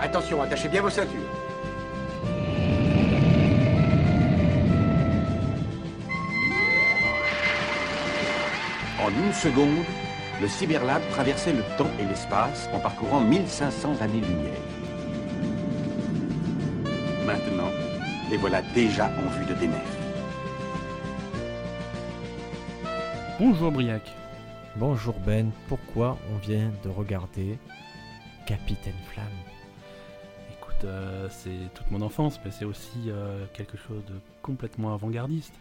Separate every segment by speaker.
Speaker 1: Attention, attachez bien vos ceintures.
Speaker 2: En une seconde, le Cyberlab traversait le temps et l'espace en parcourant 1500 années-lumière. Maintenant, les voilà déjà en vue de Dénef.
Speaker 3: Bonjour Briac.
Speaker 4: Bonjour Ben, pourquoi on vient de regarder Capitaine Flamme
Speaker 3: Écoute, euh, c'est toute mon enfance, mais c'est aussi euh, quelque chose de complètement avant-gardiste.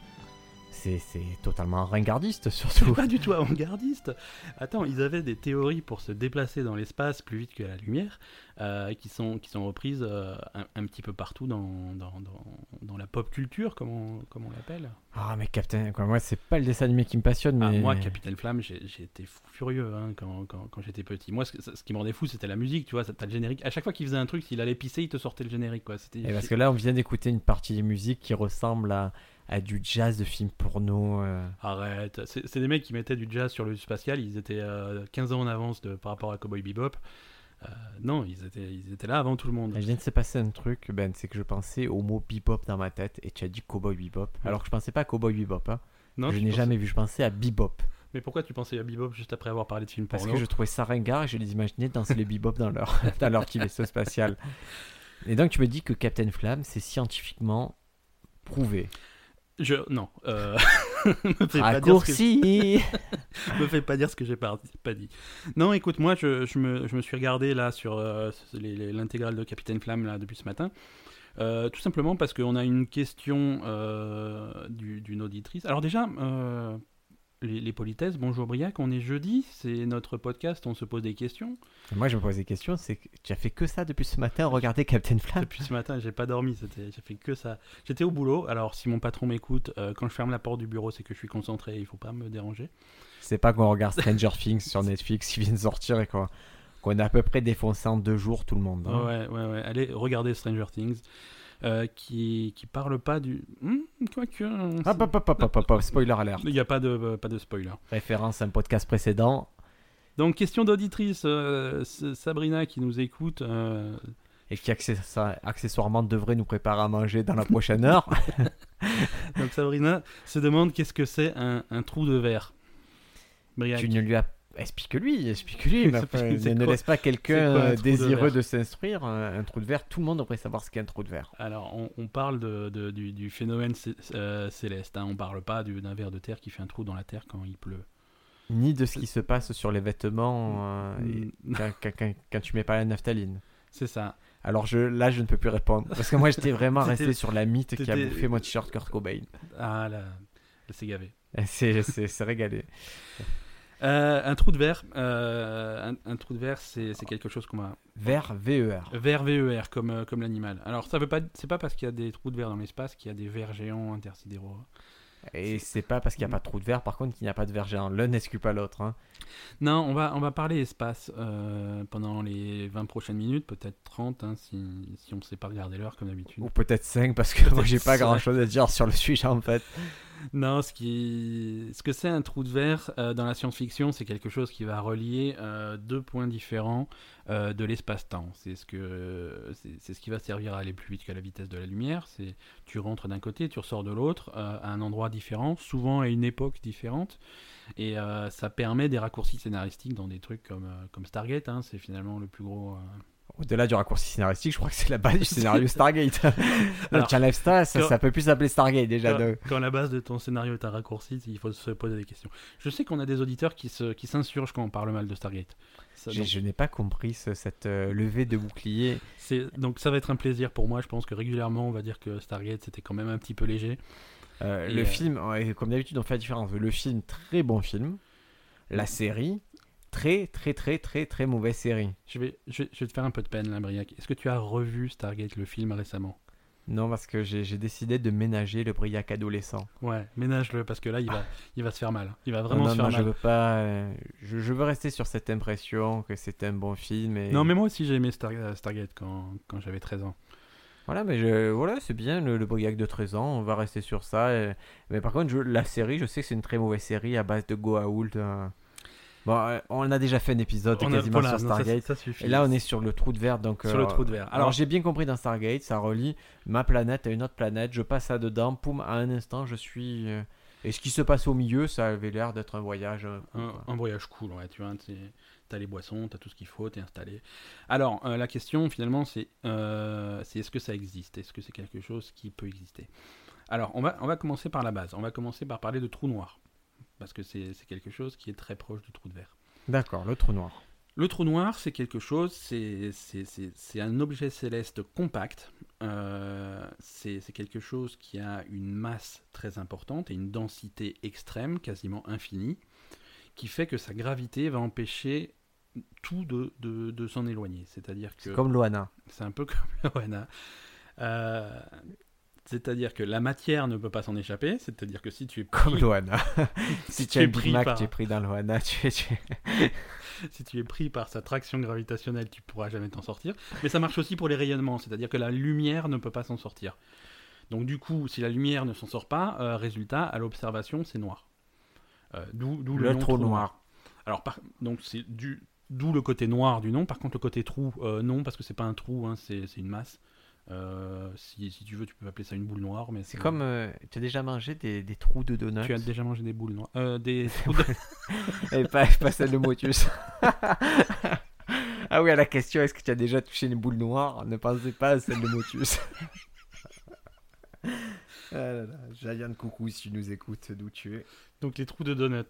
Speaker 4: C'est c'est totalement ringardiste surtout.
Speaker 3: Pas du tout avant-gardiste. Attends, ils avaient des théories pour se déplacer dans l'espace plus vite que la lumière, euh, qui, sont, qui sont reprises euh, un, un petit peu partout dans, dans, dans, dans la pop culture, comme on, comme on l'appelle.
Speaker 4: Ah mais Captain, quoi, moi c'est pas le dessin animé qui me passionne,
Speaker 3: Ah,
Speaker 4: mais
Speaker 3: moi, Capitaine Flamme, j'ai j'ai été fou furieux hein, quand, quand- quand j'étais petit. Moi, ce, que- ce qui me rendait fou, c'était la musique, tu vois. ça- T'as le générique. À chaque fois qu'il faisait un truc, s'il allait pisser, il te sortait le générique, quoi. C'était.
Speaker 4: Et eh, parce que là on vient d'écouter une partie de musique qui ressemble à, à du jazz de film porno. euh.
Speaker 3: Arrête. C'est c'est des mecs qui mettaient du jazz sur le spatial. Ils étaient euh, 15 ans en avance de, par rapport à Cowboy Bebop. Euh, non, ils étaient, ils étaient là avant tout le monde.
Speaker 4: Il vient de se passer un truc, Ben, c'est que je pensais au mot bebop dans ma tête et tu as dit cowboy bebop. Alors que je pensais pas à cowboy bebop, hein.
Speaker 3: Non,
Speaker 4: je
Speaker 3: tu
Speaker 4: n'ai
Speaker 3: penses-
Speaker 4: jamais vu, je pensais à bebop.
Speaker 3: Mais pourquoi tu pensais à Bebop juste après avoir parlé de film
Speaker 4: Parce
Speaker 3: porno
Speaker 4: que je trouvais ça ringard et je les imaginais danser les bebop dans leur, dans leur petit vaisseau spatial. Et donc tu me dis que Captain Flamme, c'est scientifiquement prouvé.
Speaker 3: je... Non. Euh... me, fais pas dire ce que...
Speaker 4: Raccourci
Speaker 3: me fais pas dire ce que j'ai pas, pas dit. Non, écoute, moi, je, je me, je me suis regardé là sur euh, les- les- l'intégrale de Capitaine Flamme là depuis ce matin. Euh, tout simplement parce qu'on a une question euh, du- d'une auditrice. Alors déjà, euh, les, les politesses, bonjour Briac, on est jeudi, c'est notre podcast, on se pose des questions.
Speaker 4: Moi je me pose des questions, c'est que tu as fait que ça depuis ce matin, regarder Captain Flamme
Speaker 3: Depuis ce matin, j'ai pas dormi, c'était- j'ai fait que ça. J'étais au boulot, alors si mon patron m'écoute, euh, quand je ferme la porte du bureau, c'est que je suis concentré, il faut pas me déranger.
Speaker 4: C'est pas qu'on regarde Stranger Things sur Netflix qui vient de sortir et quoi. Qu'on a à peu près défoncé en deux jours tout le monde. hein.
Speaker 3: Ouais, ouais, ouais. Allez, regardez Stranger Things, euh, qui, qui parle pas du. Hmm, Quoique. euh,
Speaker 4: Hop, hop, hop, hop, hop, hop, hop, spoiler alert.
Speaker 3: Il n'y a pas de, euh, pas de spoiler.
Speaker 4: Référence à un podcast précédent.
Speaker 3: Donc, question d'auditrice, euh, S- Sabrina qui nous écoute. euh,
Speaker 4: Et qui accessa- accessoirement devrait nous préparer à manger dans la prochaine heure.
Speaker 3: donc, Sabrina se demande qu'est-ce que c'est un, un trou de verre. Briac.
Speaker 4: Tu ne lui as explique-lui, explique-lui, mais
Speaker 3: C'est-
Speaker 4: enfin,
Speaker 3: c'est
Speaker 4: ne, ne
Speaker 3: quoi-
Speaker 4: laisse pas quelqu'un
Speaker 3: c'est quoi un
Speaker 4: euh,
Speaker 3: trou de
Speaker 4: désireux
Speaker 3: verre
Speaker 4: de, s'instruire. euh, Un, un trou de verre, tout le monde devrait savoir ce qu'est un trou de verre.
Speaker 3: Alors, on, on parle de, de- du, du phénomène cé- euh, céleste. hein. On parle pas du- d'un verre de terre qui fait un trou dans la terre quand il pleut.
Speaker 4: Ni de ce qui se passe sur les vêtements euh, et
Speaker 3: Mm,
Speaker 4: quand, quand- quand- quand tu mets pas la naphtaline.
Speaker 3: C'est ça.
Speaker 4: Alors je, là, je ne peux plus répondre. Parce que moi, j'étais vraiment resté
Speaker 3: T'étais-
Speaker 4: sur la mythe qui a
Speaker 3: t'étais-
Speaker 4: bouffé mon t-shirt Kurt Cobain.
Speaker 3: Ah là, elle s'est gavée.
Speaker 4: Et C'est c'est- c'est régalé.
Speaker 3: Euh, un trou de verre, euh, un, un trou de verre, c'est c'est quelque chose qu'on va
Speaker 4: Verre, VER.
Speaker 3: verre ver comme euh, comme l'animal. Alors ça veut pas, c'est pas parce qu'il y a des trous de verre dans l'espace qu'il y a des vers géants intersidéraux.
Speaker 4: Et c'est pas parce qu'il n'y a pas de trou de verre, par contre, qu'il n'y a pas de verre géant. L'un n'exclut pas l'autre. hein.
Speaker 3: Non, on va on va parler espace euh, pendant les 20 prochaines minutes, peut-être 30 hein, si si on sait pas regarder l'heure comme d'habitude.
Speaker 4: Ou peut-être 5, parce que moi, j'ai pas
Speaker 3: cinq.
Speaker 4: grand-chose à dire sur le sujet, en fait.
Speaker 3: Non, ce qui ce que c'est un trou de verre euh, dans la science-fiction, c'est quelque chose qui va relier euh, deux points différents euh, de l'espace-temps. C'est ce que c'est c'est ce qui va servir à aller plus vite que la vitesse de la lumière. C'est tu rentres d'un côté, tu ressors de l'autre, euh, à un endroit différent, souvent à une époque différente, et euh, ça permet des raccourcis scénaristiques dans des trucs comme euh, comme Stargate. hein, c'est finalement le plus gros. euh,
Speaker 4: Au-delà du raccourci scénaristique, je crois que c'est la base du scénario Stargate. Le
Speaker 3: Alors,
Speaker 4: Challenge Star, ça,
Speaker 3: quand-
Speaker 4: ça peut plus s'appeler Stargate déjà.
Speaker 3: Quand-
Speaker 4: de-
Speaker 3: Quand la base de ton scénario est un raccourci, il faut se poser des questions. Je sais qu'on a des auditeurs qui se- qui s'insurgent quand on parle mal de Stargate. Ça,
Speaker 4: J'ai-
Speaker 3: donc,
Speaker 4: Je n'ai pas compris ce- cette euh, levée de bouclier.
Speaker 3: c'est- donc ça va être un plaisir pour moi. Je pense que régulièrement, on va dire que Stargate, c'était quand même un petit peu léger.
Speaker 4: Euh,
Speaker 3: Et,
Speaker 4: le
Speaker 3: euh,
Speaker 4: film, ouais, comme d'habitude, on fait la différence. Le film, très bon film. La série, très, très, très, très, très mauvaise série.
Speaker 3: Je vais, je, je vais te faire un peu de peine, là, Briac. Est-ce que tu as revu Stargate, le film, récemment
Speaker 4: Non, parce que j'ai j'ai décidé de ménager le briac adolescent.
Speaker 3: Ouais, ménage-le, parce que là, il va, il va se faire mal. Il va vraiment
Speaker 4: Ah. non,
Speaker 3: se
Speaker 4: non,
Speaker 3: faire
Speaker 4: non, je
Speaker 3: mal.
Speaker 4: veux pas. euh, je, je veux rester sur cette impression que c'est un bon film. Et...
Speaker 3: Non, mais moi aussi, j'ai aimé Star- euh, Stargate quand, quand j'avais 13 ans.
Speaker 4: Voilà, mais je- voilà, c'est bien le, le Briac de 13 ans, on va rester sur ça. euh, mais par contre, je- la série, je sais que c'est une très mauvaise série à base de Goa'uld. hein. Bon, euh, on a déjà fait un épisode
Speaker 3: On a-
Speaker 4: quasiment
Speaker 3: voilà,
Speaker 4: sur
Speaker 3: non, ça-
Speaker 4: Stargate.
Speaker 3: ça suffit.
Speaker 4: et là, on est sur le trou de verre. Donc,
Speaker 3: sur
Speaker 4: euh,
Speaker 3: le trou de verre.
Speaker 4: Alors, j'ai bien compris dans Stargate, ça relie ma planète à une autre planète. Je passe à dedans, poum, à un instant, je suis. euh, Et ce qui se passe au milieu, ça avait l'air d'être un voyage. euh,
Speaker 3: un,
Speaker 4: quoi.
Speaker 3: un voyage cool, ouais, tu vois, t'es- t'as les boissons, t'as tout ce qu'il faut, t'es installé. Alors, euh, la question finalement, c'est euh, c'est est-ce que ça existe Est-ce que c'est quelque chose qui peut exister Alors, on va, on va commencer par la base. On va commencer par parler de trou noir, parce que c'est c'est quelque chose qui est très proche du trou de verre.
Speaker 4: D'accord, le trou noir.
Speaker 3: Le trou noir, c'est quelque chose, c'est- c'est c'est- c'est un objet céleste compact. Euh, c'est c'est quelque chose qui a une masse très importante et une densité extrême, quasiment infinie, qui fait que sa gravité va empêcher tout de, de- de s'en éloigner. C'est-à-dire que
Speaker 4: C'est comme Loana.
Speaker 3: c'est un peu comme le Wana. Euh, c'est-à-dire que la matière ne peut pas s'en échapper. C'est-à-dire que si tu es
Speaker 4: Comme
Speaker 3: pris-
Speaker 4: Loana. si tu as
Speaker 3: es
Speaker 4: un Big
Speaker 3: pris
Speaker 4: Mac,
Speaker 3: par-
Speaker 4: tu es pris dans Loana. Tu es, tu es-
Speaker 3: si tu es pris par sa traction gravitationnelle, tu pourras jamais t'en sortir. Mais ça marche aussi pour les rayonnements, c'est-à-dire que la lumière ne peut pas s'en sortir. Donc du coup, si la lumière ne s'en sort pas, euh, résultat, à l'observation, c'est noir. Euh, d'où, d'où le,
Speaker 4: Le
Speaker 3: nom
Speaker 4: trou noir.
Speaker 3: Alors par- donc c'est du, d'où le côté noir du nom. Par contre, le côté trou, euh, non, parce que c'est pas un trou, hein, c'est, c'est une masse. Euh, si, si tu veux, tu peux appeler ça une boule noire, mais
Speaker 4: C'est comme. euh, tu as déjà mangé des, des trous de donuts.
Speaker 3: Mm. tu as déjà mangé des boules noires, Euh, des trous de-
Speaker 4: Et pas, pas celle de Motus. ah oui, à la question, est-ce que tu as déjà touché une boule noire Ne pensez pas à celle de Motus. ah là là, Jaliane, coucou si tu nous écoutes, d'où tu es.
Speaker 3: donc les trous de donuts.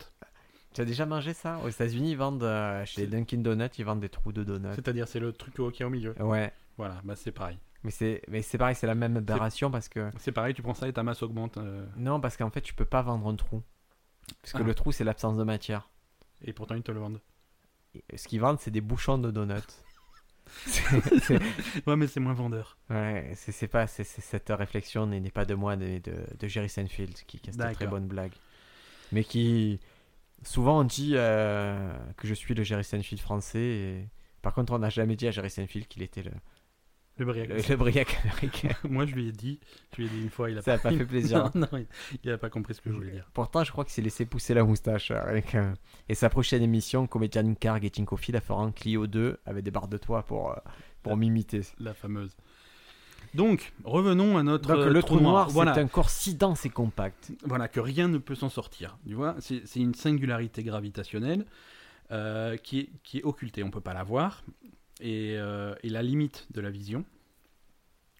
Speaker 4: Tu as déjà mangé ça Aux États-Unis, ils vendent euh, chez Dunkin' Donuts, ils vendent des trous de donuts.
Speaker 3: C'est-à-dire, c'est le truc qui est au milieu.
Speaker 4: Ouais,
Speaker 3: Voilà, bah c'est pareil.
Speaker 4: mais c'est mais c'est pareil, c'est la même aberration parce que
Speaker 3: C'est pareil, tu prends ça et ta masse augmente. euh,
Speaker 4: non, parce qu'en fait, tu peux pas vendre un trou parce que
Speaker 3: Ah.
Speaker 4: le trou c'est l'absence de matière.
Speaker 3: et pourtant, ils te le vendent.
Speaker 4: Et ce qu'ils vendent, c'est des bouchons de donuts. C'est- c'est-
Speaker 3: Ouais, mais c'est moins vendeur.
Speaker 4: Ouais, c'est c'est pas c'est- c'est- cette réflexion n'est n'est pas de moi, mais de, de Jerry Seinfeld qui, qui a cette très
Speaker 3: D'accord.
Speaker 4: bonne blague. Mais qui. Souvent on dit euh, que je suis le Jerry Seinfeld français. et- Par contre, on n'a jamais dit à Jerry Seinfeld qu'il était le,
Speaker 3: Le briac.
Speaker 4: le, le briac américain.
Speaker 3: Moi, je lui ai dit, je lui ai dit une fois, il a
Speaker 4: Ça n'a pas fait plaisir.
Speaker 3: Non, non, il- il a pas compris ce que je voulais dire.
Speaker 4: Pourtant, je crois qu'il s'est laissé pousser la moustache. euh, avec, euh, Et sa prochaine émission, Comedian Car Getting Coffee, la fera en Clio 2 avec des barres de toit pour, euh, pour m'imiter.
Speaker 3: La fameuse. Donc, revenons à notre
Speaker 4: Donc,
Speaker 3: euh,
Speaker 4: le trou noir,
Speaker 3: Voilà,
Speaker 4: c'est un corps si dense et compact.
Speaker 3: voilà, que rien ne peut s'en sortir. Tu vois, c'est c'est une singularité gravitationnelle euh, qui, est, qui est occultée. On peut pas la voir. Et, euh, et la limite de la vision,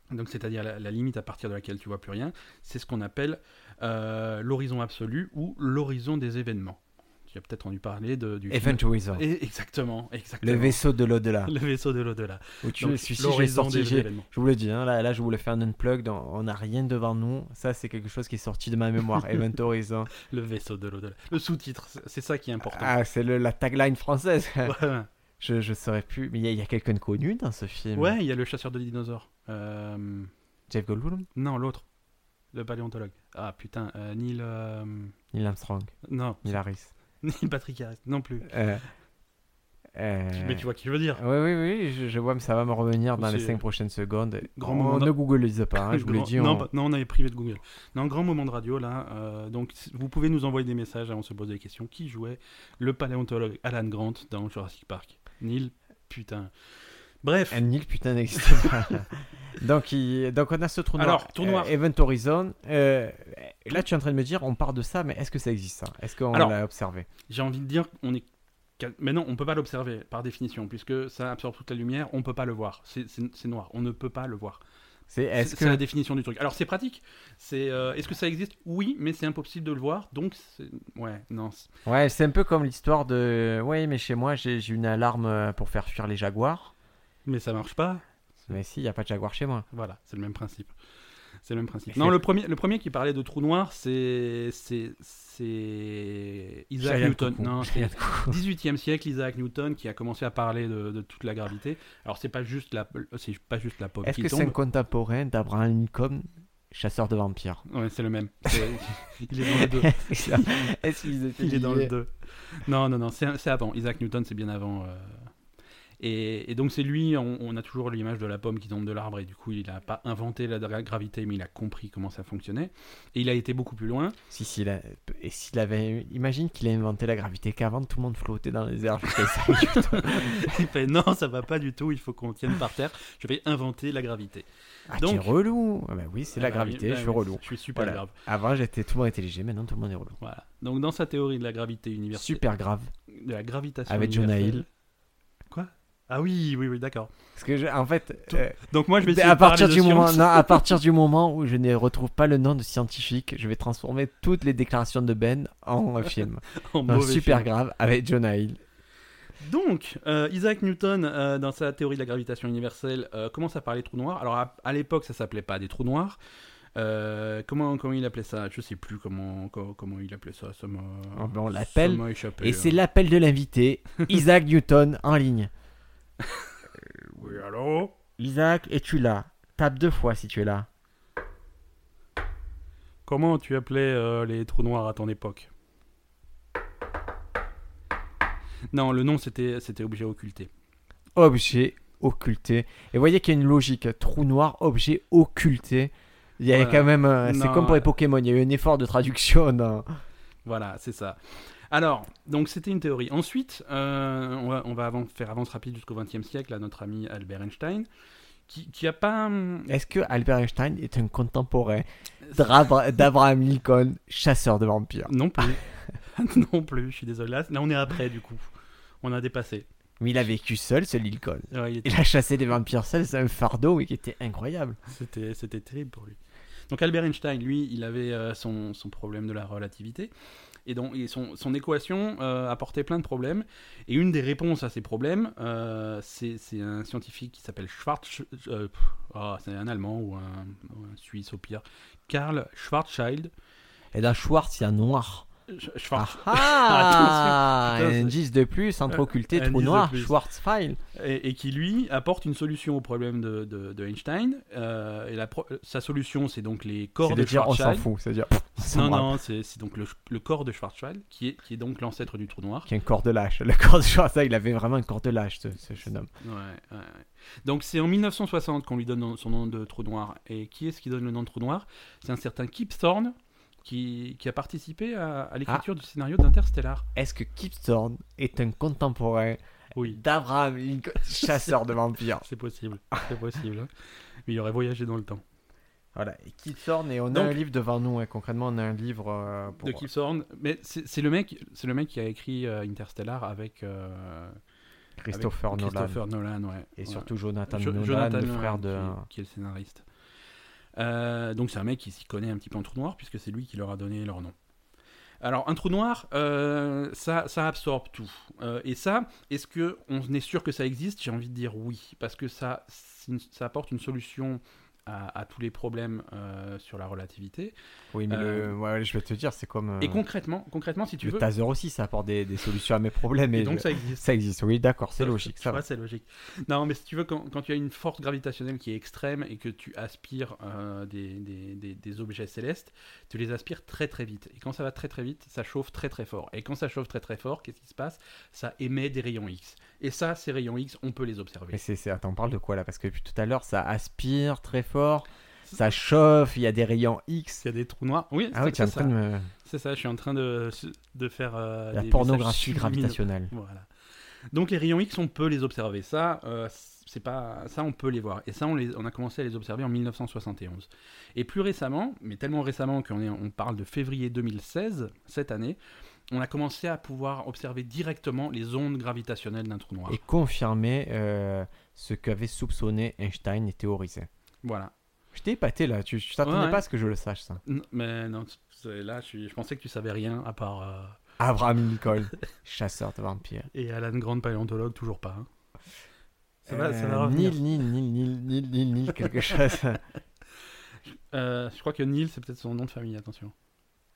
Speaker 3: donc c'est-à-dire la, la limite à partir de laquelle tu vois plus rien, c'est ce qu'on appelle euh, l'horizon absolu ou l'horizon des événements. Tu as peut-être entendu parler de, du. film-
Speaker 4: Event Horizon.
Speaker 3: Et- exactement, exactement.
Speaker 4: Le vaisseau de l'au-delà.
Speaker 3: Le vaisseau de l'au-delà.
Speaker 4: Où tu
Speaker 3: Donc,
Speaker 4: je suis si j'ai
Speaker 3: l'horizon
Speaker 4: sorti,
Speaker 3: des
Speaker 4: j'ai-
Speaker 3: événements.
Speaker 4: je vous le dis, hein, là, là je vous le fais un unplug, on n'a rien devant nous. Ça c'est quelque chose qui est sorti de ma mémoire, Event Horizon.
Speaker 3: Le vaisseau de l'au-delà. Le sous-titre, c'est- c'est ça qui est important.
Speaker 4: Ah, c'est le- la tagline française.
Speaker 3: Voilà.
Speaker 4: je ne saurais plus, mais il y a- il y a, quelqu'un de connu dans ce film.
Speaker 3: Ouais, il y a le chasseur de dinosaures. Euh,
Speaker 4: Jeff Goldblum
Speaker 3: Non, l'autre. Le paléontologue. Ah putain, euh, Neil. euh,
Speaker 4: Neil Armstrong,
Speaker 3: Non,
Speaker 4: Neil Harris.
Speaker 3: Neil Patrick Harris, non plus.
Speaker 4: Euh, euh,
Speaker 3: Mais tu vois qui je veux dire.
Speaker 4: Oui, oui, oui, je, je vois, mais ça va me revenir dans les
Speaker 3: C'est-
Speaker 4: 5 prochaines secondes.
Speaker 3: Grand
Speaker 4: on
Speaker 3: moment
Speaker 4: ne
Speaker 3: de-
Speaker 4: googlise pas, hein, je vous le
Speaker 3: Grand-
Speaker 4: dis.
Speaker 3: non,
Speaker 4: on-
Speaker 3: pas- non, on avait privé de Google. Non, grand moment de radio là. euh, donc, si- vous pouvez nous envoyer des messages avant de se poser des questions. Qui jouait le paléontologue Alan Grant dans Jurassic Park Neil, putain. Bref.
Speaker 4: Un île, putain, n'existe pas. donc, il- donc, on a ce trou noir.
Speaker 3: Alors, trou noir.
Speaker 4: Euh, Event Horizon. Euh, là, tu es en train de me dire, on part de ça, mais est-ce que ça existe, ça Est-ce qu'on
Speaker 3: Alors-
Speaker 4: l'a observé
Speaker 3: J'ai envie de dire qu'on est. quel- Mais non, on peut pas l'observer par définition, puisque ça absorbe toute la lumière, on peut pas le voir. C'est- C'est c'est noir, on ne peut pas le voir.
Speaker 4: C'est
Speaker 3: C'est
Speaker 4: est-ce
Speaker 3: c'est la
Speaker 4: que.
Speaker 3: définition du truc. Alors c'est pratique. C'est euh, est-ce que ça existe Oui, mais c'est impossible de le voir, donc c'est- ouais, non. c'est-
Speaker 4: Ouais, c'est un peu comme l'histoire de. Oui, mais chez moi, j'ai j'ai une alarme euh, pour faire fuir les jaguars.
Speaker 3: Mais ça marche pas.
Speaker 4: Mais si, il n'y a pas de jaguar chez moi.
Speaker 3: Voilà, c'est le même principe. C'est le même principe.
Speaker 4: Et
Speaker 3: Non,
Speaker 4: c'est-
Speaker 3: le premier, le premier qui parlait de trou noir, c'est c'est c'est Isaac
Speaker 4: J'ai rien
Speaker 3: Newton.
Speaker 4: compris.
Speaker 3: Non,
Speaker 4: J'ai rien
Speaker 3: c'est 18e siècle, Isaac Newton qui a commencé à parler de, de toute la gravité. Alors c'est pas juste la c'est pas juste la pomme
Speaker 4: Est-ce
Speaker 3: qui
Speaker 4: que c'est un
Speaker 3: tombe.
Speaker 4: contemporain d'Abraham Lincoln, chasseur de vampires
Speaker 3: Ouais, c'est le même. C'est- Il est dans les deux.
Speaker 4: Est-ce qu'ils étaient
Speaker 3: Il est dans le
Speaker 4: liés
Speaker 3: 2. Non, non, non, c'est c'est avant. Isaac Newton, c'est bien avant. euh. Et, et donc c'est lui, on, on a toujours l'image de la pomme qui tombe de l'arbre, et du coup il n'a pas inventé la gra- gravité, mais il a compris comment ça fonctionnait. Et il a été beaucoup plus loin.
Speaker 4: Si, si, là, et s'il avait. Imagine qu'il a inventé la gravité, qu'avant tout le monde flottait dans les airs jusqu'à cinq minutes.
Speaker 3: Il fait non, ça va pas du tout, il faut qu'on tienne par terre, je vais inventer la gravité.
Speaker 4: Ah,
Speaker 3: Donc-
Speaker 4: t'es relou Ah bah oui, c'est
Speaker 3: Ah
Speaker 4: la
Speaker 3: bah,
Speaker 4: gravité,
Speaker 3: bah
Speaker 4: je suis
Speaker 3: oui,
Speaker 4: relou.
Speaker 3: Je suis super
Speaker 4: Voilà.
Speaker 3: grave.
Speaker 4: Avant j'étais tout le monde intelligent, maintenant tout le monde est relou.
Speaker 3: Voilà. Donc dans sa théorie de la gravité universelle,
Speaker 4: Super grave.
Speaker 3: de la gravitation
Speaker 4: Avec Jonah
Speaker 3: universelle-
Speaker 4: Hill.
Speaker 3: Quoi Ah oui, oui, oui, d'accord.
Speaker 4: Parce que je- en fait,
Speaker 3: Tout-
Speaker 4: euh,
Speaker 3: Donc moi je vais
Speaker 4: Mais
Speaker 3: essayer
Speaker 4: à
Speaker 3: de parler
Speaker 4: partir
Speaker 3: de
Speaker 4: du moment,
Speaker 3: science.
Speaker 4: non, à partir du moment où je ne retrouve pas le nom de scientifique, je vais transformer toutes les déclarations de Ben en euh, film,
Speaker 3: en
Speaker 4: un
Speaker 3: mauvais
Speaker 4: super
Speaker 3: film.
Speaker 4: grave avec Jonah Hill.
Speaker 3: Donc, euh, Isaac Newton, euh, dans sa théorie de la gravitation universelle, euh, commence à parler de trous noirs. Alors, à, à l'époque, ça s'appelait pas des trous noirs. Euh, comment, comment il appelait ça Je sais plus comment, co- comment il appelait ça. ça m'a-
Speaker 4: Ah ben, on l'appelle,
Speaker 3: ça m'a échappé. hein.
Speaker 4: Et c'est l'appel de l'invité, Isaac Newton en ligne.
Speaker 3: Oui, allô
Speaker 4: Isaac, es-tu là Tape deux fois si tu es là.
Speaker 3: Comment tu appelais euh, les trous noirs à ton époque Non, le nom, c'était c'était objet occulté.
Speaker 4: Objet occulté. Et voyez qu'il y a une logique. Trou noir, objet occulté. Il y a
Speaker 3: Voilà.
Speaker 4: quand même. euh, C'est
Speaker 3: Non,
Speaker 4: comme pour les
Speaker 3: euh,
Speaker 4: Pokémon, il y a eu un effort de traduction. dans-
Speaker 3: Voilà, c'est ça. Alors, donc c'était une théorie. Ensuite, euh, on va, on va avan- faire avance rapide jusqu'au XXe siècle à notre ami Albert Einstein, qui, qui a pas... hum,
Speaker 4: Est-ce que Albert Einstein est un contemporain d'Abra- d'Abraham Lincoln, chasseur de vampires
Speaker 3: Non plus. non plus, je suis désolé. Là, on est après, du coup. On a dépassé.
Speaker 4: Mais il a vécu seul, ce Lincoln.
Speaker 3: Ouais, il était-
Speaker 4: Il a chassé des vampires seul, c'est un fardeau mais qui était incroyable.
Speaker 3: C'était c'était terrible pour lui. Donc Albert Einstein, lui, il avait euh, son, son problème de la relativité. Et donc et son, son équation euh, apportait plein de problèmes. Et une des réponses à ces problèmes, euh, c'est c'est un scientifique qui s'appelle Schwarz... euh, pff, ah, c'est un Allemand ou un, ou un Suisse au pire. Karl Schwarzschild.
Speaker 4: Et dans Schwartz, il y a un noir.
Speaker 3: Sch-
Speaker 4: Ah,
Speaker 3: Schwarz-
Speaker 4: ah
Speaker 3: Attention. Putain,
Speaker 4: un
Speaker 3: c'est-
Speaker 4: indice de plus,
Speaker 3: Un-
Speaker 4: entre occulté,
Speaker 3: un
Speaker 4: trou
Speaker 3: indice de
Speaker 4: noir,
Speaker 3: plus.
Speaker 4: Schwarzfile.
Speaker 3: et, et qui lui apporte une solution au problème de, de- de Einstein. Euh, et la pro- sa solution, c'est donc les corps
Speaker 4: C'est de
Speaker 3: de
Speaker 4: dire on s'en
Speaker 3: Schwarzschild.
Speaker 4: fout, c'est à dire
Speaker 3: Non, non, c'est c'est donc le, le corps de Schwarzschild, qui est, qui est donc l'ancêtre du trou noir.
Speaker 4: Qui est un corps de lâche. Le corps de Schwarzfile, il avait vraiment un corps de lâche, ce, ce jeune homme.
Speaker 3: Ouais, ouais, ouais. Donc c'est en 1960 qu'on lui donne son nom de trou noir. Et qui est-ce qui donne le nom de trou noir C'est un certain Kip Thorne, qui, qui a participé à, à l'écriture du scénario d'Interstellar.
Speaker 4: Est-ce que Kip Thorne est un contemporain
Speaker 3: Oui,
Speaker 4: d'Abraham Lincoln, chasseur de vampires
Speaker 3: c'est possible, c'est possible. hein. Mais il aurait voyagé dans le temps.
Speaker 4: Voilà, et Kip Thorne, et on a
Speaker 3: Donc-
Speaker 4: un livre devant nous, hein. concrètement, on a un livre euh, pour...
Speaker 3: De Kip Thorne, mais c'est c'est le mec, c'est le mec qui a écrit euh, Interstellar avec euh, avec
Speaker 4: Christopher Nolan.
Speaker 3: Christopher Nolan, ouais.
Speaker 4: Et
Speaker 3: Ouais.
Speaker 4: surtout Jonathan,
Speaker 3: Jo-
Speaker 4: Nolan,
Speaker 3: Jonathan
Speaker 4: le
Speaker 3: Nolan,
Speaker 4: frère de...
Speaker 3: qui, qui est le scénariste. Euh, donc c'est un mec qui s'y connaît un petit peu en trou noir puisque c'est lui qui leur a donné leur nom. Alors un trou noir, euh, ça, ça absorbe tout. Euh, et ça, est-ce que on est sûr que ça existe J'ai envie de dire oui parce que ça, c'est une- ça apporte une solution à, à tous les problèmes euh, sur la relativité.
Speaker 4: Oui, mais
Speaker 3: Euh,
Speaker 4: le... ouais, je vais te dire, c'est comme...
Speaker 3: Et
Speaker 4: euh,
Speaker 3: concrètement, concrètement si tu
Speaker 4: le
Speaker 3: veux,
Speaker 4: taser aussi, ça apporte des, des solutions à mes problèmes.
Speaker 3: et
Speaker 4: Et
Speaker 3: donc Euh,
Speaker 4: je-
Speaker 3: ça existe.
Speaker 4: ça existe, oui, d'accord, c'est
Speaker 3: Tu
Speaker 4: logique. Ça
Speaker 3: vois,
Speaker 4: va.
Speaker 3: c'est logique. Non, mais si tu veux, quand, quand tu as une force gravitationnelle qui est extrême et que tu aspires euh, des, des- des- des objets célestes, tu les aspires très très vite. Et quand ça va très très vite, ça chauffe très très fort. Et quand ça chauffe très très fort, qu'est-ce qui se passe Ça émet des rayons X. Et ça, ces rayons X, on peut les
Speaker 4: Mais
Speaker 3: observer.
Speaker 4: c'est, c'est- Attends, on parle de quoi là Parce que depuis tout à l'heure, ça aspire très fort, ça chauffe, il y a des rayons X.
Speaker 3: Il y a des trous noirs. Oui,
Speaker 4: Ah oui, tu
Speaker 3: c'est
Speaker 4: es en
Speaker 3: ça.
Speaker 4: train de me...
Speaker 3: C'est ça, je suis en train de, de faire... euh,
Speaker 4: La
Speaker 3: des
Speaker 4: pornographie
Speaker 3: messages subliminaux.
Speaker 4: gravitationnelle.
Speaker 3: Voilà. Donc les rayons X, on peut les observer. Ça, euh, c'est pas ça, on peut les voir. Et ça, on, les- on a commencé à les observer en 1971. Et plus récemment, mais tellement récemment qu'on est, on parle de février 2016, cette année, on a commencé à pouvoir observer directement les ondes gravitationnelles d'un trou noir.
Speaker 4: Et confirmer euh, ce qu'avait soupçonné Einstein et théorisé.
Speaker 3: Voilà.
Speaker 4: Je t'ai épaté là, tu, tu t'attendais
Speaker 3: Ouais, ouais.
Speaker 4: pas à ce que je le sache ça.
Speaker 3: N- mais non, c'est- là, je, suis- je pensais que tu savais rien à part euh,
Speaker 4: Abraham Lincoln, chasseur de vampires.
Speaker 3: et Alan Grant paléontologue toujours pas. hein. Ça va, ça
Speaker 4: Euh,
Speaker 3: va revenir.
Speaker 4: Nil, Nil, Nil, Nil, Nil, Nil, Nil, quelque chose.
Speaker 3: Euh, je crois que Neil, c'est peut-être son nom de famille. Attention.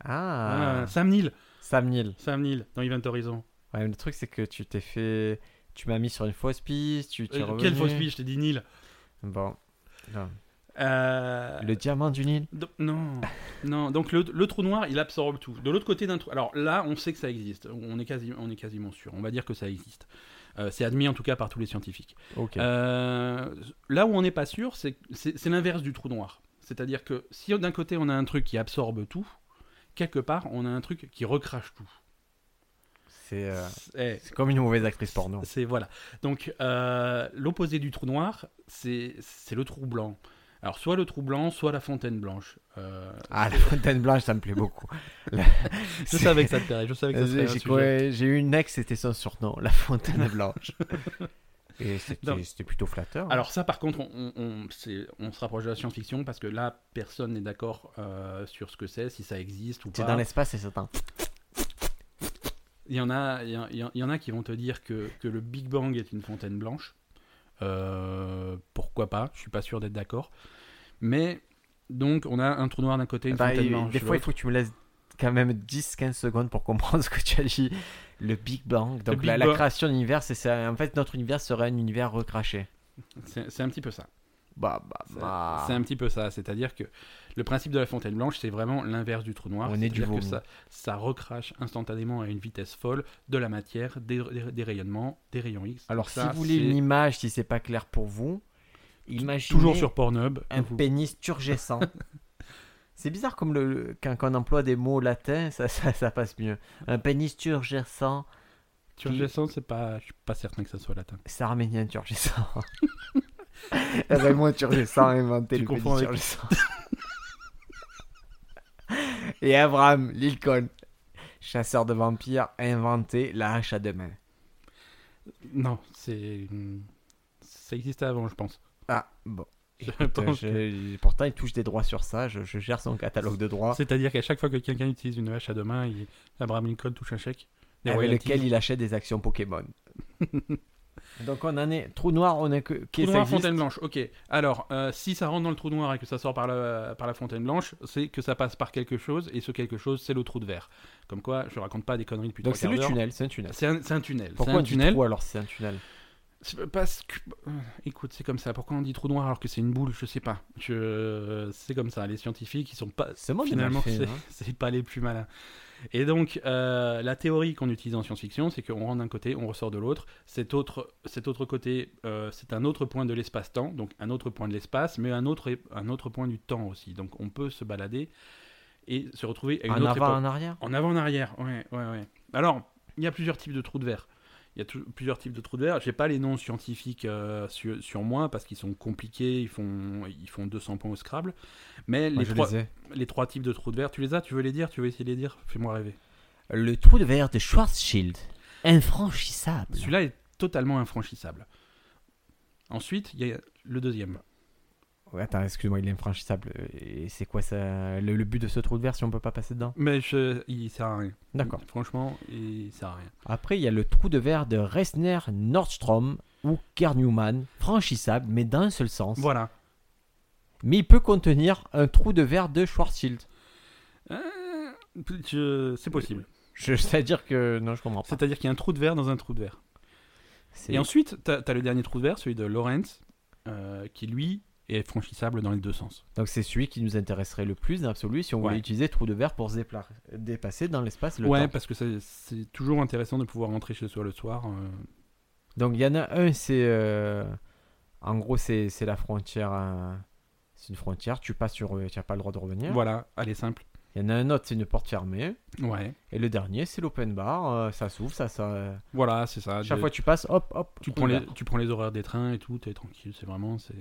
Speaker 4: Ah,
Speaker 3: Ah, Sam Neil.
Speaker 4: Sam Nil.
Speaker 3: Sam Neil dans Event Horizon.
Speaker 4: Ouais, mais le truc, c'est que tu t'es fait. Tu m'as mis sur une fausse piste, tu t'es
Speaker 3: Euh,
Speaker 4: revenu.
Speaker 3: Quelle fausse piste, je t'ai dit Nil.
Speaker 4: Bon. Non.
Speaker 3: Euh,
Speaker 4: Le diamant du Nil.
Speaker 3: do- non, non. Donc le, le trou noir, il absorbe tout. De l'autre côté d'un trou. Alors là, on sait que ça existe. On est, quasi, on est quasiment sûr. On va dire que ça existe. Euh, c'est admis en tout cas par tous les scientifiques.
Speaker 4: Ok.
Speaker 3: Euh, là où on n'est pas sûr, c'est c'est- c'est l'inverse du trou noir. C'est-à-dire que si d'un côté on a un truc qui absorbe tout, quelque part on a un truc qui recrache tout.
Speaker 4: C'est euh,
Speaker 3: Eh,
Speaker 4: c'est comme une mauvaise actrice porno.
Speaker 3: c'est voilà. Donc euh, l'opposé du trou noir, c'est c'est le trou blanc. Alors soit le trou blanc, soit la fontaine blanche. Euh,
Speaker 4: Ah, la fontaine blanche, ça me plaît beaucoup.
Speaker 3: je savais que ça te plairait. Je savais que ça serait
Speaker 4: J'ai
Speaker 3: un sujet.
Speaker 4: ouais, j'ai eu une ex, c'était son surnom, la fontaine blanche. Et c'était-
Speaker 3: Non.
Speaker 4: c'était plutôt flatteur.
Speaker 3: Alors ça, par contre, on, on- on- c'est- on se rapproche de la science-fiction parce que là, personne n'est d'accord euh, sur ce que c'est, si ça existe ou
Speaker 4: c'est
Speaker 3: pas.
Speaker 4: dans l'espace et c'est un.
Speaker 3: Il y en a, il y en- il y en- il y en a qui vont te dire que, que le Big Bang est une fontaine blanche. Euh, pourquoi pas Je suis pas sûr d'être d'accord. Mais donc on a un trou noir d'un côté, une
Speaker 4: Bah,
Speaker 3: fontaine
Speaker 4: il-
Speaker 3: blanche.
Speaker 4: des
Speaker 3: de
Speaker 4: fois, il
Speaker 3: l'autre.
Speaker 4: faut que tu me laisses quand même 10-15 secondes pour comprendre ce que tu as dit. Le Big Bang, donc
Speaker 3: Big
Speaker 4: la, la
Speaker 3: Bang.
Speaker 4: création d'univers, c'est ça. En fait, notre univers serait un univers recraché.
Speaker 3: c'est, c'est un petit peu ça.
Speaker 4: Bah, bah,
Speaker 3: C'est,
Speaker 4: bah.
Speaker 3: c'est un petit peu ça. C'est-à-dire que le principe de la fontaine blanche, c'est vraiment l'inverse du trou noir.
Speaker 4: On est du
Speaker 3: C'est-à-dire que
Speaker 4: vomi.
Speaker 3: ça, ça recrache instantanément à une vitesse folle de la matière, des, des- des rayonnements, des rayons X.
Speaker 4: Alors,
Speaker 3: Ça,
Speaker 4: si vous voulez
Speaker 3: c'est
Speaker 4: une image, si c'est pas clair pour vous, imaginez
Speaker 3: toujours sur Pornhub,
Speaker 4: un
Speaker 3: vous-
Speaker 4: pénis turgescent. c'est bizarre comme le, le- quand, quand on emploie des mots latins, ça, ça, ça passe mieux. Un pénis turgescent,
Speaker 3: turgescent, c'est pas, je suis pas certain que ça soit latin.
Speaker 4: c'est arménien turgescent. Raymond turgescent a inventé
Speaker 3: Tu
Speaker 4: le pénis
Speaker 3: confonds avec-
Speaker 4: turgescent. Et Abraham Lincoln, chasseur de vampires, a inventé la hache à deux mains.
Speaker 3: Non, c'est. Ça existait avant, je pense.
Speaker 4: Ah, bon.
Speaker 3: Je
Speaker 4: Écoute,
Speaker 3: pense
Speaker 4: je- Pourtant, il touche des droits sur ça. Je, je gère son catalogue de droits
Speaker 3: C'est-à-dire qu'à chaque fois que quelqu'un utilise une hache à deux mains, il... Abraham Lincoln touche un chèque. Des
Speaker 4: avec
Speaker 3: royalties.
Speaker 4: lequel il achète des actions Pokémon. Donc, on en est. Trou noir, on est que.
Speaker 3: Trou
Speaker 4: qu'est-ce
Speaker 3: noir,
Speaker 4: que ça existe
Speaker 3: fontaine blanche. Ok. Alors, euh, si ça rentre dans le trou noir et que ça sort par la, par la fontaine blanche, c'est que ça passe par quelque chose et ce quelque chose, c'est le trou de verre. Comme quoi, je raconte pas des conneries depuis
Speaker 4: Donc,
Speaker 3: trois
Speaker 4: c'est
Speaker 3: quarts
Speaker 4: le
Speaker 3: d'heure.
Speaker 4: tunnel. C'est un tunnel.
Speaker 3: C'est un, c'est un tunnel. C'est
Speaker 4: Pourquoi
Speaker 3: un
Speaker 4: du
Speaker 3: tunnel
Speaker 4: trou alors si c'est un tunnel
Speaker 3: C'est Parce que. euh, Écoute, c'est comme ça. Pourquoi on dit trou noir alors que c'est une boule Je sais pas. Je... C'est comme ça. Les scientifiques, ils sont pas.
Speaker 4: Ce monde est mal
Speaker 3: Finalement,
Speaker 4: fait.
Speaker 3: c'est
Speaker 4: hein.
Speaker 3: c'est pas les plus malins. Et donc, euh, la théorie qu'on utilise en science-fiction, c'est qu'on rentre d'un côté, on ressort de l'autre. Cet autre, cet autre côté, euh, c'est un autre point de l'espace-temps, donc un autre point de l'espace, mais un autre, un autre point du temps aussi. Donc, on peut se balader et se retrouver à une
Speaker 4: En
Speaker 3: autre
Speaker 4: avant,
Speaker 3: époque.
Speaker 4: en arrière
Speaker 3: En avant, en arrière, ouais, ouais, ouais. Alors, il y a plusieurs types de trous de verre. Il y a tou- plusieurs types de trous de verre. J'ai pas les noms scientifiques euh, sur, sur moi parce qu'ils sont compliqués, ils font, ils font 200 points au Scrabble. Mais
Speaker 4: Moi,
Speaker 3: les
Speaker 4: je
Speaker 3: trois,
Speaker 4: les ai.
Speaker 3: les trois types de trous de verre, tu les as Tu veux les dire Tu veux essayer de les dire Fais-moi rêver.
Speaker 4: Le trou de verre de Schwarzschild. Infranchissable.
Speaker 3: Celui-là est totalement infranchissable. Ensuite, il y a le deuxième.
Speaker 4: Ouais, attends, excuse-moi, il est infranchissable. Et c'est quoi ça le, le but de ce trou de verre si on peut pas passer dedans
Speaker 3: Mais je, il sert à rien.
Speaker 4: D'accord. Ah,
Speaker 3: Franchement, il sert à rien.
Speaker 4: Après, il y a le trou de verre de Resner Nordstrom ou Kerr-Newman, franchissable mais d'un seul sens.
Speaker 3: Voilà.
Speaker 4: Mais il peut contenir un trou de verre de Schwarzschild.
Speaker 3: Euh, je- C'est possible.
Speaker 4: Je- C'est-à-dire que. Non, je comprends pas.
Speaker 3: C'est-à-dire qu'il y a un trou de verre dans un trou de verre.
Speaker 4: C'est-
Speaker 3: Et ensuite, tu as, le dernier trou de verre, celui de Lorentz, euh, qui lui est franchissable dans les deux sens.
Speaker 4: Donc, c'est celui qui nous intéresserait le plus dans l'absolu si on voulait
Speaker 3: Ouais.
Speaker 4: utiliser trou de verre pour se dépla- dépasser dans l'espace le
Speaker 3: ouais,
Speaker 4: temps.
Speaker 3: parce que c'est- c'est toujours intéressant de pouvoir rentrer chez soi le soir. euh,
Speaker 4: Donc, il y en a un, c'est. euh, En gros, c'est c'est la frontière. euh, C'est une frontière, tu passes sur. euh, Tu n'as pas le droit de revenir.
Speaker 3: Voilà, allez simple.
Speaker 4: Il y en a un autre, c'est une porte fermée.
Speaker 3: Ouais,
Speaker 4: Et le dernier, c'est l'open bar. euh, ça s'ouvre, ça. ça... euh,
Speaker 3: voilà, c'est ça.
Speaker 4: Chaque
Speaker 3: Ah, de-
Speaker 4: fois que tu passes, hop, hop.
Speaker 3: Tu
Speaker 4: trou
Speaker 3: prends,
Speaker 4: de
Speaker 3: les,
Speaker 4: verre.
Speaker 3: tu prends les horaires des trains et tout, t'es tranquille, c'est vraiment. c'est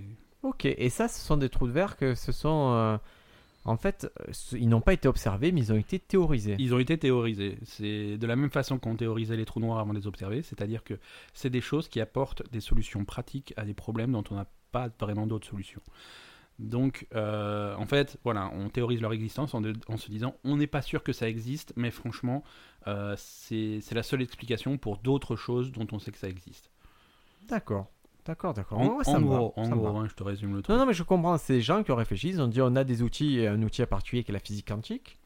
Speaker 4: Ok, et ça, ce sont des trous de verre que ce sont. euh, En fait, euh, ce- ils n'ont pas été observés, mais ils ont été théorisés.
Speaker 3: Ils ont été théorisés. C'est de la même façon qu'on théorisait les trous noirs avant de les observer, c'est-à-dire que c'est des choses qui apportent des solutions pratiques à des problèmes dont on n'a pas vraiment d'autres solutions. Donc, euh, en fait, voilà, on théorise leur existence en, de- en se disant on n'est pas sûr que ça existe, mais franchement, euh, c'est c'est la seule explication pour d'autres choses dont on sait que ça existe.
Speaker 4: D'accord, d'accord, d'accord.
Speaker 3: En,
Speaker 4: Ouais, ça
Speaker 3: en
Speaker 4: me va,
Speaker 3: gros, en
Speaker 4: ça me va.
Speaker 3: gros, hein, je te résume le truc.
Speaker 4: Non, non, mais je comprends. Ces gens qui ont réfléchi, ils ont dit on a des outils, et un outil à particulier qui est la physique quantique.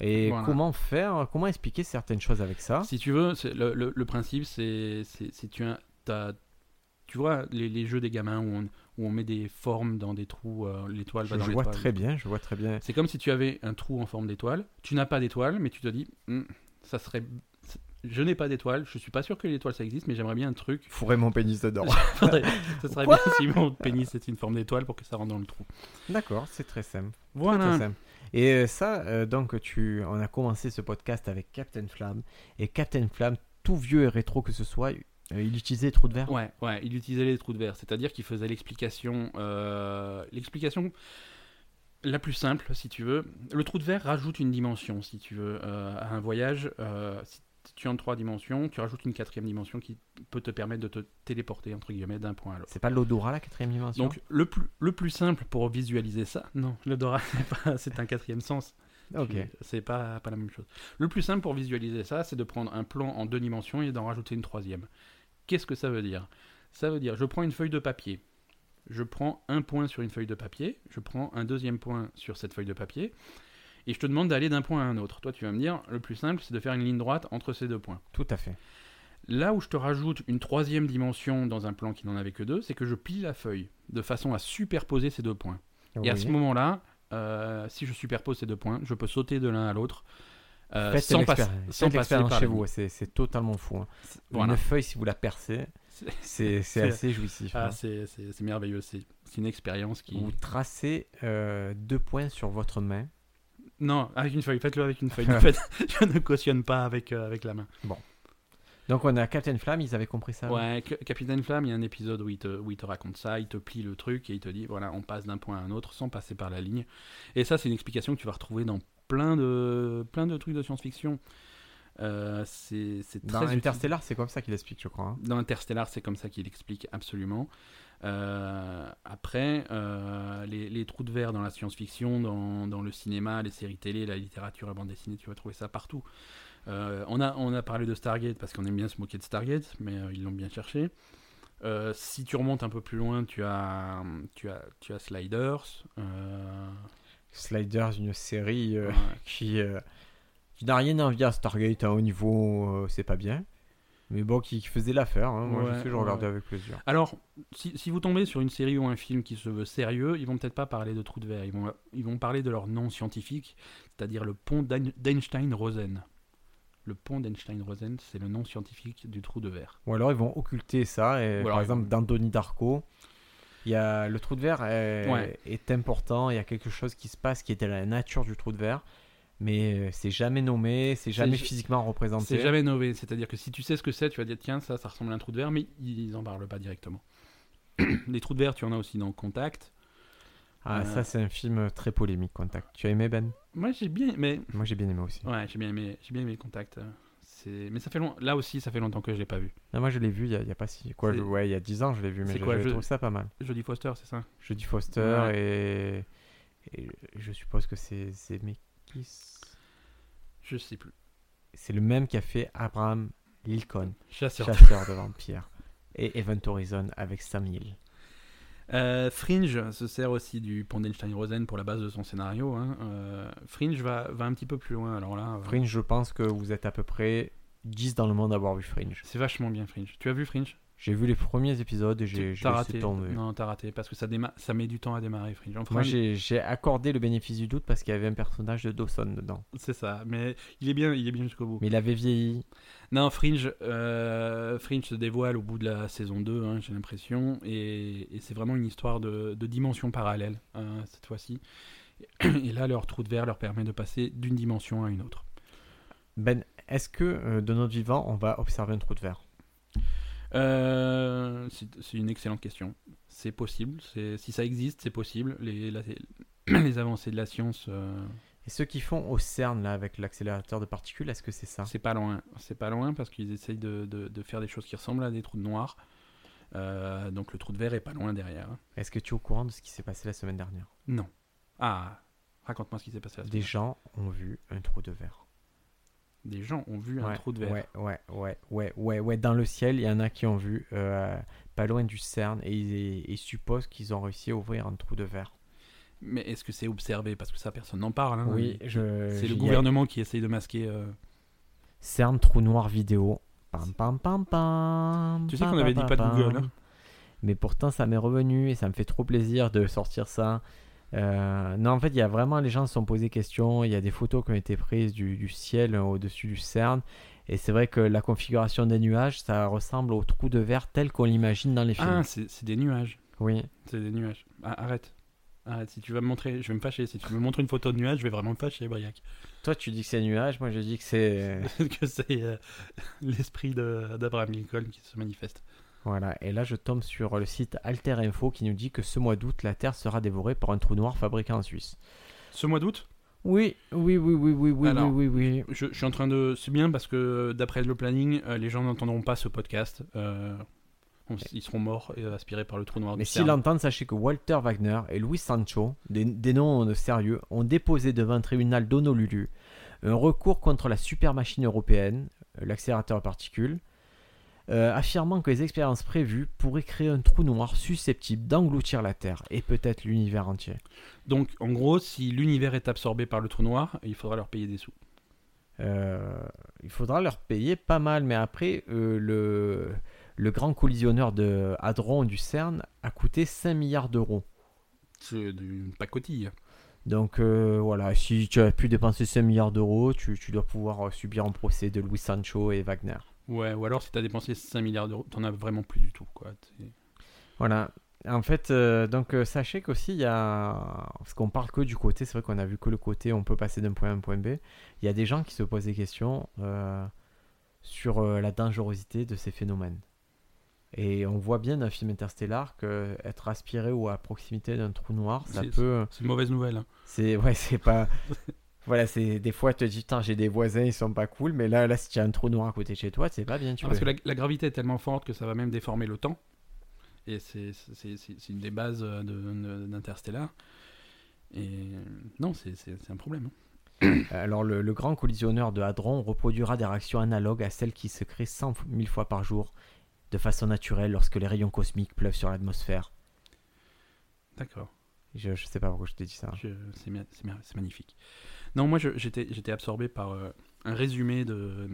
Speaker 4: Et
Speaker 3: Voilà.
Speaker 4: comment faire, comment expliquer certaines choses avec ça
Speaker 3: Si tu veux, c'est- le, le- le principe, c'est c'est- c'est tu as, t'as- tu vois les, les jeux des gamins où on, où on met des formes dans des trous, euh, l'étoile
Speaker 4: Je,
Speaker 3: va dans
Speaker 4: je vois
Speaker 3: l'étoile.
Speaker 4: très bien, je vois très bien.
Speaker 3: C'est comme si tu avais un trou en forme d'étoile. Tu n'as pas d'étoile, mais tu te dis, Hmm, ça serait. Je n'ai pas d'étoile, je suis pas sûr que l'étoile ça existe, mais j'aimerais bien un truc.
Speaker 4: Fourrer mon pénis dedans.
Speaker 3: Faudrait- ça serait bien si mon pénis était une forme d'étoile pour que ça rentre dans le trou.
Speaker 4: D'accord, c'est très simple.
Speaker 3: Voilà.
Speaker 4: Très simple. Et euh, ça, euh, donc, tu, on a commencé ce podcast avec Captain Flamme. Et Captain Flamme, tout vieux et rétro que ce soit, euh, il utilisait les trous de verre.
Speaker 3: Ouais, ouais, il utilisait les trous de verre, c'est-à-dire qu'il faisait l'explication, euh, l'explication la plus simple, si tu veux. Le trou de verre rajoute une dimension, si tu veux, euh, à un voyage. euh, si tu es en trois dimensions, tu rajoutes une quatrième dimension qui peut te permettre de te téléporter entre guillemets d'un point à l'autre.
Speaker 4: C'est pas l'odorat, la quatrième dimension
Speaker 3: Donc le plus, le plus simple pour visualiser ça, non, l'odorat c'est pas- c'est un quatrième sens.
Speaker 4: Ok.
Speaker 3: Tu- C'est pas, pas la même chose. Le plus simple pour visualiser ça, c'est de prendre un plan en deux dimensions et d'en rajouter une troisième. Qu'est-ce que ça veut dire Ça veut dire, je prends une feuille de papier. Je prends un point sur une feuille de papier. Je prends un deuxième point sur cette feuille de papier. Et je te demande d'aller d'un point à un autre. Toi, tu vas me dire, le plus simple, c'est de faire une ligne droite entre ces deux points.
Speaker 4: Tout à fait.
Speaker 3: Là où je te rajoute une troisième dimension dans un plan qui n'en avait que deux, c'est que je plie la feuille de façon à superposer ces deux points. Et à
Speaker 4: Oui.
Speaker 3: ce moment-là, euh, si je superpose ces deux points, je peux sauter de l'un à l'autre euh,
Speaker 4: Faites
Speaker 3: sans, pas-
Speaker 4: l'expérience. Faites
Speaker 3: sans passer
Speaker 4: l'expérience
Speaker 3: par
Speaker 4: chez
Speaker 3: la
Speaker 4: vous,
Speaker 3: ligne.
Speaker 4: c'est c'est totalement fou. hein.
Speaker 3: Voilà.
Speaker 4: Une feuille, si vous la percez,
Speaker 3: C'est-
Speaker 4: c'est c'est
Speaker 3: c'est-
Speaker 4: assez jouissif.
Speaker 3: Ah,
Speaker 4: hein.
Speaker 3: c'est- c'est c'est merveilleux, c'est c'est une expérience qui...
Speaker 4: Vous tracez euh, deux points sur votre main.
Speaker 3: Non, avec une feuille, faites-le avec une feuille. En fait, je ne cautionne pas avec, euh, avec la main.
Speaker 4: Donc on a Captain Flamme, ils avaient compris ça.
Speaker 3: Ouais, C- Capitaine Flamme, il y a un épisode où il, te, où il te raconte ça, il te plie le truc et il te dit, voilà, on passe d'un point à un autre sans passer par la ligne. Et ça, c'est une explication que tu vas retrouver dans plein de, plein de trucs de science-fiction. Euh, c'est c'est
Speaker 4: Dans
Speaker 3: très utile.
Speaker 4: Interstellar, c'est comme ça qu'il explique, je crois. hein.
Speaker 3: Dans Interstellar, c'est comme ça qu'il explique absolument. Euh, après, euh, les, les trous de verre dans la science-fiction, dans, dans le cinéma, les séries télé, la littérature, la bande dessinée, tu vas trouver ça partout. Euh, on, a, on a parlé de Stargate parce qu'on aime bien se moquer de Stargate, mais euh, ils l'ont bien cherché. Euh, si tu remontes un peu plus loin, tu as, tu as, tu as Sliders. euh,
Speaker 4: Sliders, une série euh,
Speaker 3: ouais.
Speaker 4: qui, euh, qui n'a rien à envier à Stargate hein, au niveau, euh, c'est pas bien. Mais bon, qui, qui faisait l'affaire. hein. Moi,
Speaker 3: Ouais,
Speaker 4: je sais, je
Speaker 3: ouais,
Speaker 4: regardais
Speaker 3: ouais.
Speaker 4: avec plaisir.
Speaker 3: Alors, si, si vous tombez sur une série ou un film qui se veut sérieux, ils vont peut-être pas parler de trous de verre. Ils vont, ils vont parler de leur nom scientifique, c'est-à-dire le pont d'Ein- d'Einstein-Rosen. Le pont d'Einstein-Rosen, c'est le nom scientifique du trou de verre.
Speaker 4: Ou alors, ils vont occulter ça. Et,
Speaker 3: Ou alors,
Speaker 4: par
Speaker 3: ils-
Speaker 4: exemple, dans Donnie Darko, il y a, le trou de verre est,
Speaker 3: Ouais.
Speaker 4: est important. Il y a quelque chose qui se passe qui est de la nature du trou de verre. Mais euh, c'est jamais nommé, c'est jamais
Speaker 3: ju-
Speaker 4: physiquement représenté.
Speaker 3: C'est jamais mauvais, c'est-à-dire que si tu sais ce que c'est, tu vas dire tiens, ça, ça ressemble à un trou de verre, mais ils en parlent pas directement. Les trous de verre, tu en as aussi dans Contact.
Speaker 4: Ah,
Speaker 3: Euh.
Speaker 4: ça, c'est un film très polémique, Contact. Tu as aimé, Ben
Speaker 3: Moi, j'ai bien, mais
Speaker 4: Moi, j'ai bien aimé aussi.
Speaker 3: ouais, j'ai bien aimé, j'ai bien aimé Contact. euh, C'est, mais ça fait long... là aussi, ça fait longtemps que je l'ai pas vu.
Speaker 4: Non, moi, je l'ai vu il y a, il y a pas si. Quoi,
Speaker 3: C'est-
Speaker 4: je- Ouais, il y a 10 ans, je l'ai vu, mais
Speaker 3: C'est
Speaker 4: je,
Speaker 3: quoi,
Speaker 4: je
Speaker 3: je-
Speaker 4: trouve ça pas mal.
Speaker 3: Jodie Foster, c'est ça
Speaker 4: Jodie Foster et... et je suppose que c'est Zemeckis.
Speaker 3: Je sais plus.
Speaker 4: C'est le même qui a fait Abraham Lincoln,
Speaker 3: Chasseur
Speaker 4: chasseur de vampires, et Event Horizon avec Sam Neill.
Speaker 3: Euh, Fringe se sert aussi du pont d'Einstein-Rosen pour la base de son scénario. hein. Euh, Fringe va, va un petit peu plus loin, alors là. euh,
Speaker 4: Fringe, je pense que vous êtes à peu près 10 dans le monde à avoir vu Fringe.
Speaker 3: euh, C'est vachement bien Fringe. Tu as vu Fringe
Speaker 4: J'ai vu les premiers épisodes et j'ai j'ai
Speaker 3: T'as
Speaker 4: laissé
Speaker 3: raté.
Speaker 4: tomber.
Speaker 3: Non, t'as raté parce que ça, déma- ça met du temps à démarrer Fringe. Enfin,
Speaker 4: Moi, j'ai j'ai accordé le bénéfice du doute parce qu'il y avait un personnage de Dawson dedans.
Speaker 3: c'est ça, mais il est bien, il est bien jusqu'au bout.
Speaker 4: Mais il avait vieilli.
Speaker 3: Non, Fringe, euh, Fringe se dévoile au bout de la saison 2, hein, j'ai l'impression, et, et c'est vraiment une histoire de, de dimensions parallèles hein, cette fois-ci. Et là, leur trou de verre leur permet de passer d'une dimension à une autre.
Speaker 4: Ben, est-ce que euh, de notre vivant, on va observer un trou de verre
Speaker 3: Euh, c'est c'est une excellente question. C'est possible. c'est- Si ça existe, c'est possible. Les, la- les avancées de la science, euh,
Speaker 4: Et ceux qui font au CERN, là, avec l'accélérateur de particules, est-ce que c'est ça
Speaker 3: c'est pas loin. C'est pas loin parce qu'ils essayent de, de- de faire des choses qui ressemblent à des trous de noir. Euh, donc le trou de verre est pas loin derrière.
Speaker 4: Est-ce que tu es au courant de ce qui s'est passé la semaine dernière
Speaker 3: Non. Ah, raconte-moi ce qui s'est passé. La semaine
Speaker 4: Des gens ont vu un trou de verre.
Speaker 3: dernière. Des gens ont vu un
Speaker 4: ouais,
Speaker 3: trou de verre.
Speaker 4: Ouais, ouais, ouais, ouais, ouais, ouais. Dans le ciel, il y en a qui ont vu euh, pas loin du CERN et ils, et ils supposent qu'ils ont réussi à ouvrir un trou de verre.
Speaker 3: Mais est-ce que c'est observé Parce que ça, personne n'en parle. hein.
Speaker 4: oui, euh, je.
Speaker 3: C'est
Speaker 4: j'y
Speaker 3: le
Speaker 4: ai-
Speaker 3: gouvernement qui essaye de masquer. euh,
Speaker 4: CERN trou noir vidéo. Pam, pam, pam, pam,
Speaker 3: Tu sais
Speaker 4: pam,
Speaker 3: qu'on avait
Speaker 4: pam,
Speaker 3: dit pas de
Speaker 4: pam,
Speaker 3: Google,
Speaker 4: pam.
Speaker 3: hein
Speaker 4: Mais pourtant, ça m'est revenu et ça me fait trop plaisir de sortir ça. Euh, non, en fait, il y a vraiment les gens se sont posés question. Il y a des photos qui ont été prises du, du ciel euh, au-dessus du CERN. Et c'est vrai que la configuration des nuages, ça ressemble au trou de verre tel qu'on l'imagine dans les films.
Speaker 3: Ah, c'est c'est des nuages.
Speaker 4: Oui.
Speaker 3: C'est des nuages. Ah, arrête. Arrête, si tu vas me montrer, je vais me fâcher. Si tu me montres une photo de nuage, je vais vraiment me fâcher, Briac.
Speaker 4: Toi, tu dis que c'est nuage. Moi, je dis que c'est.
Speaker 3: que c'est euh, l'esprit de- d'Abraham Lincoln qui se manifeste.
Speaker 4: Voilà, et là je tombe sur le site Alter Info qui nous dit que ce mois d'août, la Terre sera dévorée par un trou noir fabriqué en Suisse.
Speaker 3: Ce mois d'août,
Speaker 4: Oui, oui, oui, oui, oui, oui,
Speaker 3: Alors,
Speaker 4: oui, oui, oui.
Speaker 3: je, je suis en train de. C'est bien parce que d'après le planning, euh, les gens n'entendront pas ce podcast. Euh, on- ils seront morts et aspirés par le trou noir
Speaker 4: Mais
Speaker 3: du
Speaker 4: s'ils
Speaker 3: CERN.
Speaker 4: l'entendent, sachez que Walter Wagner et Louis Sancho, des, des noms de sérieux, ont déposé devant un tribunal d'Honolulu un recours contre la super machine européenne, euh, l'accélérateur à particules, euh, affirmant que les expériences prévues pourraient créer un trou noir susceptible d'engloutir la Terre et peut-être l'univers entier.
Speaker 3: Donc, en gros, si l'univers est absorbé par le trou noir, il faudra leur payer des sous.
Speaker 4: Euh, il faudra leur payer pas mal. Mais après, euh, le, le grand collisionneur de Hadron du CERN a coûté 5 milliards d'euros.
Speaker 3: C'est une pacotille.
Speaker 4: Donc euh, voilà, si tu as pu dépenser 5 milliards d'euros, tu, tu dois pouvoir euh, subir un procès de Louis Sancho et Wagner.
Speaker 3: Ouais, ou alors si t'as dépensé 5 milliards d'euros, t'en as vraiment plus du tout, quoi. T'es-
Speaker 4: Voilà. En fait, euh, donc euh, sachez qu'aussi, il y a. Parce qu'on parle que du côté, c'est vrai qu'on a vu que le côté, on peut passer d'un point A à un point B. Il y a des gens qui se posent des questions euh, sur euh, la dangerosité de ces phénomènes. Et on voit bien dans le film interstellar que être aspiré ou à proximité d'un trou noir, ça
Speaker 3: C'est-
Speaker 4: peut.
Speaker 3: C'est une mauvaise nouvelle. hein.
Speaker 4: C'est. Ouais, c'est pas. Voilà, c'est des fois tu te dis, putain, j'ai des voisins, ils sont pas cool, mais là, là si tu as un trou noir à côté de chez toi, c'est pas bien. Tu
Speaker 3: Ah, parce que
Speaker 4: peux-
Speaker 3: la, la gravité est tellement forte que ça va même déformer le temps. Et c'est c'est- c'est- c'est une des bases euh, de- de- d'Interstellar. Et non, c'est- c'est c'est un problème. hein.
Speaker 4: Alors, le, le grand collisionneur de Hadron reproduira des réactions analogues à celles qui se créent 100 000 fois par jour de façon naturelle lorsque les rayons cosmiques pleuvent sur l'atmosphère.
Speaker 3: D'accord.
Speaker 4: Je, je sais pas pourquoi je t'ai dit ça. hein.
Speaker 3: Je- C'est ma- c'est ma- c'est magnifique. Non, moi je- j'étais j'étais absorbé par euh, un résumé de,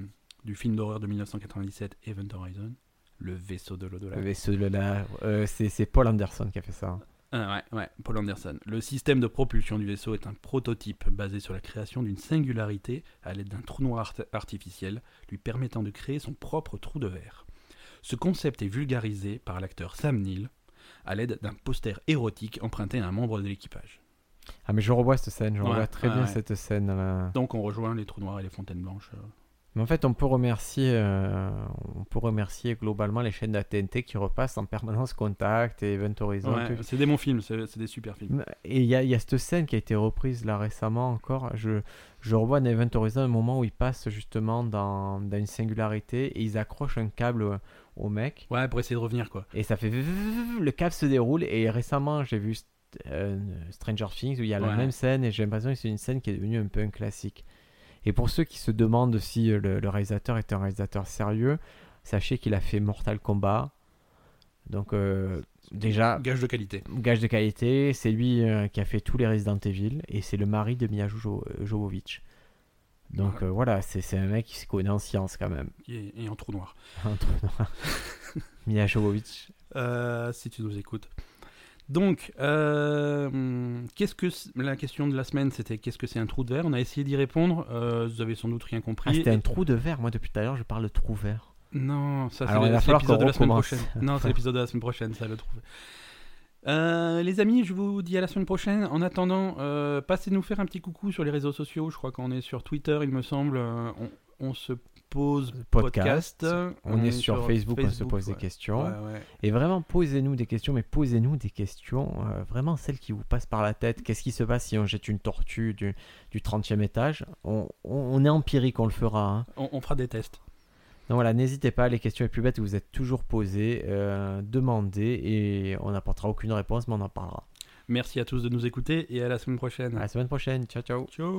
Speaker 3: du film d'horreur de 1997, Event Horizon, Le vaisseau de l'au-delà.
Speaker 4: Mais celui-là, euh, c'est c'est Paul Anderson qui a fait ça. hein.
Speaker 3: Ah ouais, ouais, Paul Anderson. Le système de propulsion du vaisseau est un prototype basé sur la création d'une singularité à l'aide d'un trou noir art- artificiel lui permettant de créer son propre trou de verre. Ce concept est vulgarisé par l'acteur Sam Neill à l'aide d'un poster érotique emprunté à un membre de l'équipage.
Speaker 4: Ah, mais je revois cette scène, je
Speaker 3: Ouais,
Speaker 4: revois très
Speaker 3: ouais,
Speaker 4: bien
Speaker 3: ouais.
Speaker 4: cette scène. là.
Speaker 3: Donc on rejoint les trous noirs et les fontaines blanches. euh.
Speaker 4: Mais en fait, on peut remercier, euh, on peut remercier globalement les chaînes de la TNT qui repassent en permanence Contact et Event Horizon.
Speaker 3: Ouais,
Speaker 4: tout-
Speaker 3: c'est des bons films, c'est c'est des super films.
Speaker 4: Et il y, a- il y a cette scène qui a été reprise là récemment encore. Je, je revois dans Event Horizon un moment où ils passent justement dans, dans une singularité et ils accrochent un câble au- au mec
Speaker 3: Ouais, pour essayer de revenir quoi.
Speaker 4: et ça fait VVVV, le câble se déroule. Et récemment, j'ai vu st- euh, Stranger Things où il y a la
Speaker 3: Ouais.
Speaker 4: même scène et j'ai l'impression que c'est une scène qui est devenue un peu un classique. Et pour ceux qui se demandent si euh, le, le réalisateur est un réalisateur sérieux, sachez qu'il a fait Mortal Kombat. Donc, euh, déjà,
Speaker 3: Gage de qualité.
Speaker 4: Gage de qualité, c'est lui euh, qui a fait tous les Resident Evil et c'est le mari de Mia Jo- euh, Jovovich. Donc euh, voilà, c'est c'est un mec qui se connaît en science quand même.
Speaker 3: Et, et en trou noir.
Speaker 4: Un trou noir. Mia Jovovich.
Speaker 3: Euh, si tu nous écoutes. Donc, euh, qu'est-ce que c- la question de la semaine, c'était qu'est-ce que c'est un trou de verre On a essayé d'y répondre. euh, vous avez sans doute rien
Speaker 4: Ah,
Speaker 3: compris.
Speaker 4: c'était un trou de verre. Moi, depuis tout à l'heure, je parle de trou vert.
Speaker 3: Non, ça c'est
Speaker 4: Alors, il va
Speaker 3: le- c'est
Speaker 4: falloir
Speaker 3: l'épisode
Speaker 4: qu'on
Speaker 3: de la semaine
Speaker 4: recommence.
Speaker 3: prochaine. Non, c'est l'épisode de la semaine prochaine, ça le trouve. Euh, les amis, je vous dis à la semaine prochaine. En attendant, euh, passez nous faire un petit coucou sur les réseaux sociaux. Je crois qu'on est sur Twitter, il me semble. Euh, on, on se pose
Speaker 4: Podcast.
Speaker 3: podcast.
Speaker 4: On, est, sur, Facebook, on se pose
Speaker 3: Mm, ouais.
Speaker 4: des questions.
Speaker 3: Ouais, ouais.
Speaker 4: Et vraiment, posez-nous des questions, mais posez-nous des questions, euh, vraiment celles qui vous passent par la tête. Qu'est-ce qui se passe si on jette une tortue du, du 30e étage on, on- on est empirique, on le fera. hein.
Speaker 3: On- on fera des tests.
Speaker 4: Donc voilà, n'hésitez pas, les questions les plus bêtes vous êtes toujours posées, euh, demandez et on n'apportera aucune réponse, mais on en parlera.
Speaker 3: Merci à tous de nous écouter et à la semaine prochaine.
Speaker 4: À la semaine prochaine, ciao ciao
Speaker 3: Ciao